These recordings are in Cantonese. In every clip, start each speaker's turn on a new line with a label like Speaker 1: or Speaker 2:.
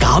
Speaker 1: 咁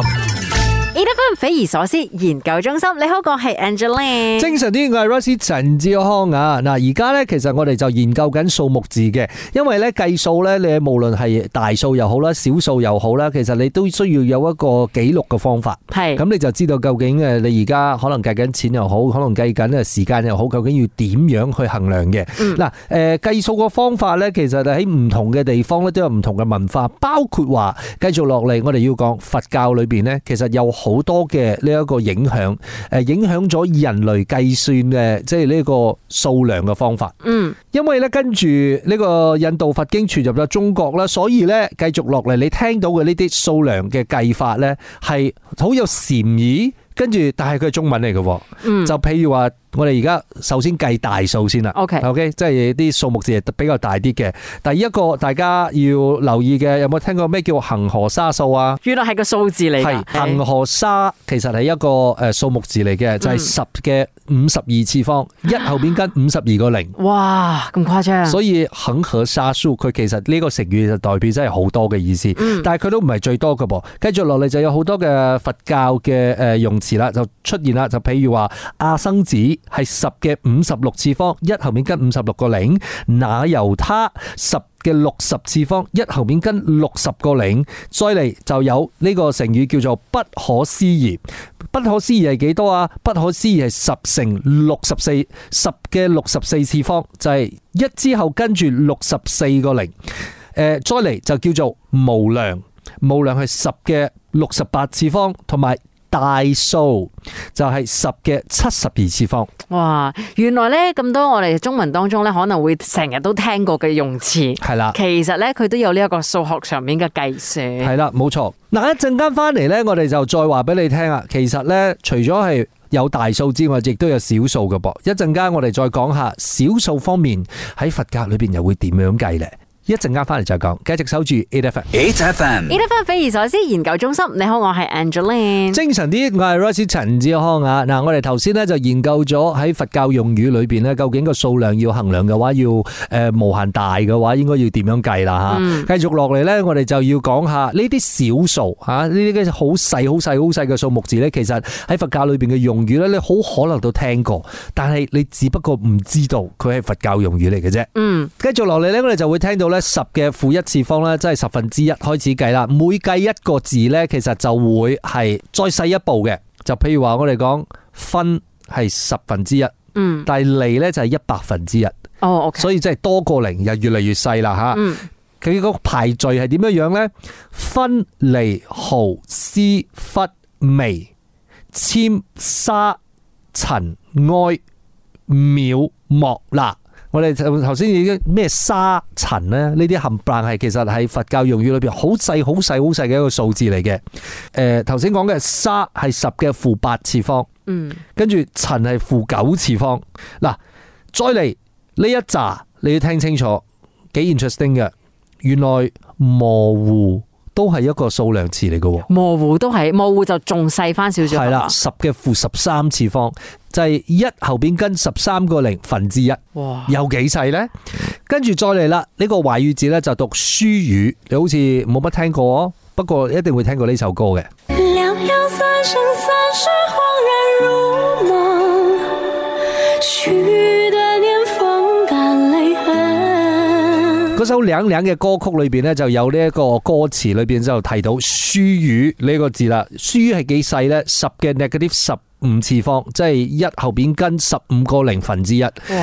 Speaker 2: e d f m 匪夷所思研究中心，你好，我係 Angeline。
Speaker 3: 精神啲，我係 Rusty 陳志康啊！嗱，而家咧其實我哋就研究緊數目字嘅，因為咧計數咧，你無論係大數又好啦，小數又好啦，其實你都需要有一個記錄嘅方法。
Speaker 2: 係
Speaker 3: 咁你就知道究竟誒，你而家可能計緊錢又好，可能計緊誒時間又好，究竟要點樣去衡量嘅？嗱、誒計數個方法咧，其實喺唔同嘅地方咧都有唔同嘅文化，包括話繼續落嚟，我哋要講佛教裏邊咧，其實有好多嘅呢一個影響，誒影響咗人類計算嘅即係呢個數量嘅方法。
Speaker 2: 嗯，
Speaker 3: 因為咧跟住呢個印度佛經傳入咗中國啦，所以咧繼續落嚟，你聽到嘅呢啲數量嘅計法咧係好有禪意，跟住但係佢係中文嚟嘅喎，
Speaker 2: 嗯
Speaker 3: 就譬如話我哋而家首先計大數先啦。
Speaker 2: OK
Speaker 3: OK，即係啲數目字係比較大啲嘅。第一個大家要留意嘅，有冇聽過咩叫恒河沙數啊？
Speaker 2: 原來係個數字嚟㗎
Speaker 3: 係恒河沙其實係一個誒數目字嚟嘅，就
Speaker 2: 嗯
Speaker 3: 係十嘅五十二次方，一後邊跟五十二個零。
Speaker 2: 哇，咁誇張。
Speaker 3: 所以恒河沙數佢其實呢個成語就代表真係好多嘅意思，但係佢都唔係最多嘅噃。繼續落嚟就有好多嘅佛教嘅誒用詞啦，就出現啦。就譬如話阿生子係十嘅五十六次方，一後面跟五十六個零；那由他十嘅六十次方，一後面跟六十個零。再嚟就有呢個成語叫做不可思議。不可思議係幾多啊？不可思議係十乘六十四，十嘅六十四次方就係、一之後跟住六十四個零。誒、再嚟就叫做無量，無量係十嘅六十八次方，同埋大數就係十嘅七十二次方。
Speaker 2: 哇，原來咧咁多我哋中文當中咧，可能會成日都聽過嘅用詞，
Speaker 3: 係啦。
Speaker 2: 其實咧佢都有呢一個數學上面嘅計算。
Speaker 3: 系啦，冇錯。嗱，一陣間翻嚟呢，我哋就再話俾你聽啊。其實呢，除咗係有大數之外，亦都有小數嘅噃。一陣間我哋再講下小數方面喺佛教裏边又會點樣計呢？一陣間翻嚟再講，繼續守住 A F M。
Speaker 2: 呢
Speaker 4: 8FM,
Speaker 2: 啲翻匪夷所思研究中心，你好，我係 Angeline。
Speaker 3: 精神啲，我係 Rosie 陳志康啊！嗱，我哋頭先咧就研究咗喺佛教用語裏邊咧，究竟個數量要衡量嘅話，要誒、呃、無限大嘅話，應該要點樣計啦嚇？繼續落嚟咧，我哋就要講下呢啲小數嚇，呢啲嘅好細、好細、好細嘅數目字咧，其實喺佛教裏邊嘅用語咧，你好可能都聽過，但係你只不過唔知道佢係佛教用語嚟嘅啫。
Speaker 2: 嗯，
Speaker 3: 繼續落嚟呢，我哋就會聽到呢十嘅負一次方呢，即係十分之一開始計啦。每計一個字呢，其實就會係再細一步嘅。就譬如話，我哋講分係十分之一，
Speaker 2: 嗯，
Speaker 3: 但係厘呢就係一百分之一，
Speaker 2: 哦，OK，
Speaker 3: 所以即係多個零又越嚟越細啦吓。
Speaker 2: 嗯，
Speaker 3: 佢個排序係點樣樣呢？分、離、毫、絲、忽、微、纖、沙、塵、埃、秒、莫那。我哋頭頭先已經咩沙塵呢？呢啲冚唪唥係其實係佛教用語裏邊好細、好細、好細嘅一個數字嚟嘅。誒、頭先講嘅沙係十嘅負八次方，
Speaker 2: 嗯，
Speaker 3: 跟住塵係負九次方。嗱，再嚟呢一扎，你要聽清楚，幾 interesting 嘅。原來模糊都係一個數量詞嚟嘅
Speaker 2: 模糊都係模糊就仲細翻少
Speaker 3: 喎，
Speaker 2: 少。
Speaker 3: 係啦，，十嘅負十三次方就係、一後邊跟十三個零分之一。
Speaker 2: 哇，
Speaker 3: 有幾細呢？跟住再嚟啦，呢、個華語字呢，就讀書語，你好似冇乜聽過哦，不過一定會聽過呢首歌嘅。
Speaker 5: 两两三生三世，恍然如梦。许的年风干泪痕。
Speaker 3: 嗰首涼涼嘅歌曲裏邊呢，就有呢一個歌詞裏邊就提到書語呢個字啦。書語係幾細呢？十嘅 negative 十五次方，即係一後邊跟十五個零分之一。
Speaker 2: 哦
Speaker 3: 誒、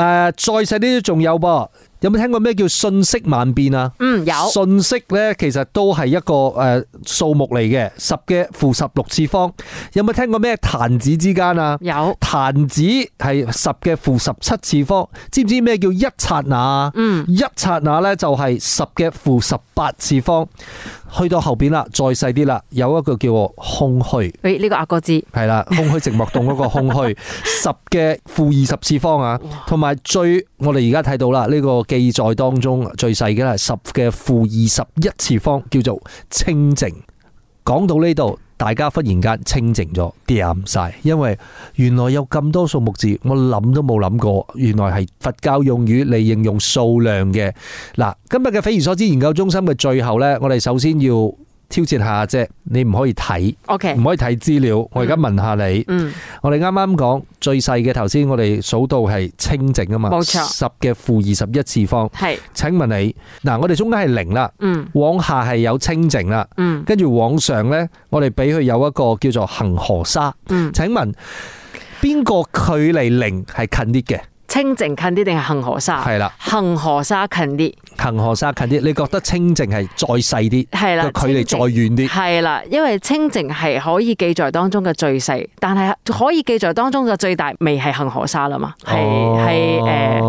Speaker 2: 哇，
Speaker 3: 再細啲都仲有噃。有冇聽過咩叫瞬息萬變啊？
Speaker 2: 嗯，有，
Speaker 3: 信息咧，其實都係一個誒數目嚟嘅，十嘅負十六次方。有冇聽過咩彈指之間啊？
Speaker 2: 有，
Speaker 3: 彈指係十嘅負十七次方，知唔知咩叫一剎那啊？
Speaker 2: 嗯，
Speaker 3: 一剎那咧就係十嘅負十八次方。去到後邊啦，再細啲啦，有一個叫做空虛。
Speaker 2: 誒，呢個阿哥知，
Speaker 3: 係啦，空虛寂寞凍嗰個空虛，十嘅負二十次方啊，同埋最我哋而家睇到啦，呢個記載當中最細嘅係十嘅負二十一次方，叫做清靜。講到呢度，大家忽然間清靜咗，掂晒，因為原來有咁多數目字，我諗都冇諗過，原來係佛教用語嚟形容數量嘅。嗱，今日嘅匪夷所思研究中心嘅最後呢，我哋首先要挑戰下啫，你唔可以睇。
Speaker 2: ，OK，
Speaker 3: 唔可以睇資料。我而家問下你，
Speaker 2: 嗯，
Speaker 3: 我哋啱啱講最細嘅頭先，我哋數到係清靜啊嘛，
Speaker 2: 冇錯
Speaker 3: 十嘅負二十一次方。
Speaker 2: 係，
Speaker 3: 請問你，嗱，我哋中間係零啦，
Speaker 2: 嗯，
Speaker 3: 往下係有清靜啦，
Speaker 2: 嗯，
Speaker 3: 跟住往上呢，我哋俾佢有一個叫做恒河沙。
Speaker 2: 嗯，
Speaker 3: 請問邊個距離零係近啲嘅？
Speaker 2: 清靜近啲定係恒河沙？
Speaker 3: 係啦，
Speaker 2: 恒河沙近啲，
Speaker 3: 恒河沙近啲，你覺得清靜係再細啲，
Speaker 2: 係啦，
Speaker 3: 個距離再
Speaker 2: 清靜
Speaker 3: 遠啲？
Speaker 2: 係啦，因為清靜係可以記在當中嘅最細，但係可以記在當中嘅最大，未係恒河沙啦嘛，係
Speaker 3: 哦
Speaker 2: 係诶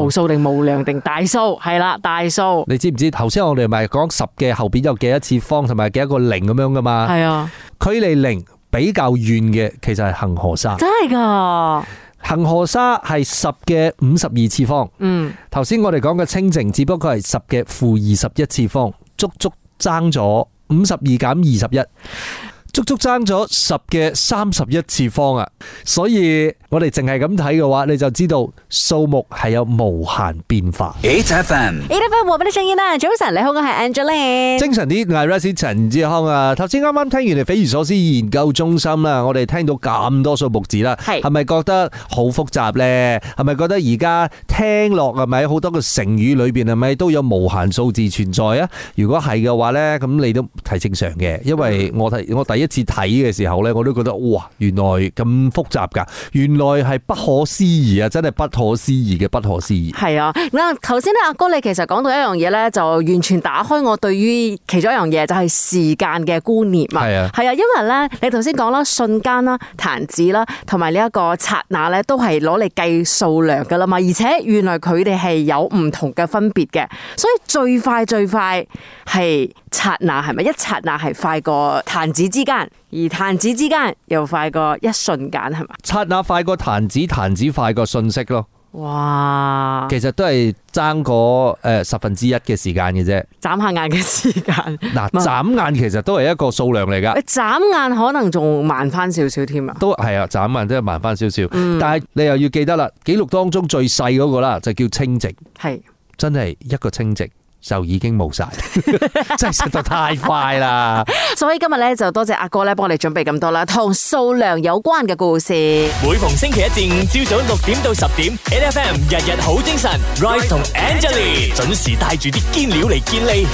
Speaker 2: 無數定無量定大數，係啦，大數
Speaker 3: 你知唔知頭先我哋咪講十嘅後邊有幾多次方同埋幾多個零咁樣噶嘛？
Speaker 2: 係啊，
Speaker 3: 距離零比較遠嘅其實係恒河沙。
Speaker 2: 真係㗎，
Speaker 3: 恒河沙係十嘅五十二次方。
Speaker 2: 嗯，
Speaker 3: 頭先我哋講嘅清淨，只不過係十嘅負二十一次方，足足爭咗五十二減二十一，足足爭咗十嘅三十一次方啊！所以我哋淨係咁睇嘅話，你就知道數目係有無限變化。
Speaker 4: 8FM,
Speaker 2: 8 F M 和俾你聲音啊啦，早晨，你好，我係 Angeline。
Speaker 3: 精神啲，係 r e s 陳志康啊！頭先啱啱聽完你匪夷所思研究中心啦，我哋聽到咁多數目字啦，
Speaker 2: 係
Speaker 3: 係咪覺得好複雜呢？係咪覺得而家聽落係咪好多個成語裏邊係咪都有無限數字存在啊？如果係嘅話呢，咁你都係正常嘅，因為我睇我第一次睇嘅時候呢，我都覺得哇，原來咁複雜㗎，原來係不可思議啊！真係不可思議嘅不可思議。
Speaker 2: 係啊，嗱，頭先咧，阿哥你其實講到一樣嘢咧，就完全打開我對於其中一樣嘢，就係時間嘅觀念啊。
Speaker 3: 係啊
Speaker 2: 係啊，因為咧，你頭先講啦，瞬間啦、彈指啦，同埋呢一個剎那咧，都係攞嚟計數量噶啦嘛。而且原來佢哋係有唔同嘅分別嘅，所以最快最快係剎那，係咪？一剎那係快過彈指之間，而彈指之間又快過一瞬間，係咪？
Speaker 3: 剎那快過彈指，彈指快過信息咯。
Speaker 2: 哇！
Speaker 3: 其實都係爭嗰誒十分之一嘅時間嘅啫。
Speaker 2: 眨下眼嘅時間。
Speaker 3: 嗱，眨眼其實都係一個數量嚟㗎，
Speaker 2: 你眨眼可能仲慢翻少少添啊！
Speaker 3: 都係啊，眨眼都係慢翻少少。但係你又要記得啦，記錄當中最細嗰個啦，就叫清值，
Speaker 2: 係
Speaker 3: 真係一個清值。就已經冇晒，真係實在太快啦！
Speaker 2: 所以今日咧就多謝阿哥咧幫我哋準備咁多啦，同數量有關嘅故事。
Speaker 1: 每逢星期一至五朝早六點到十點，N F M 日日好精神，Rise 同 Angelie 準時帶住啲堅料嚟健利。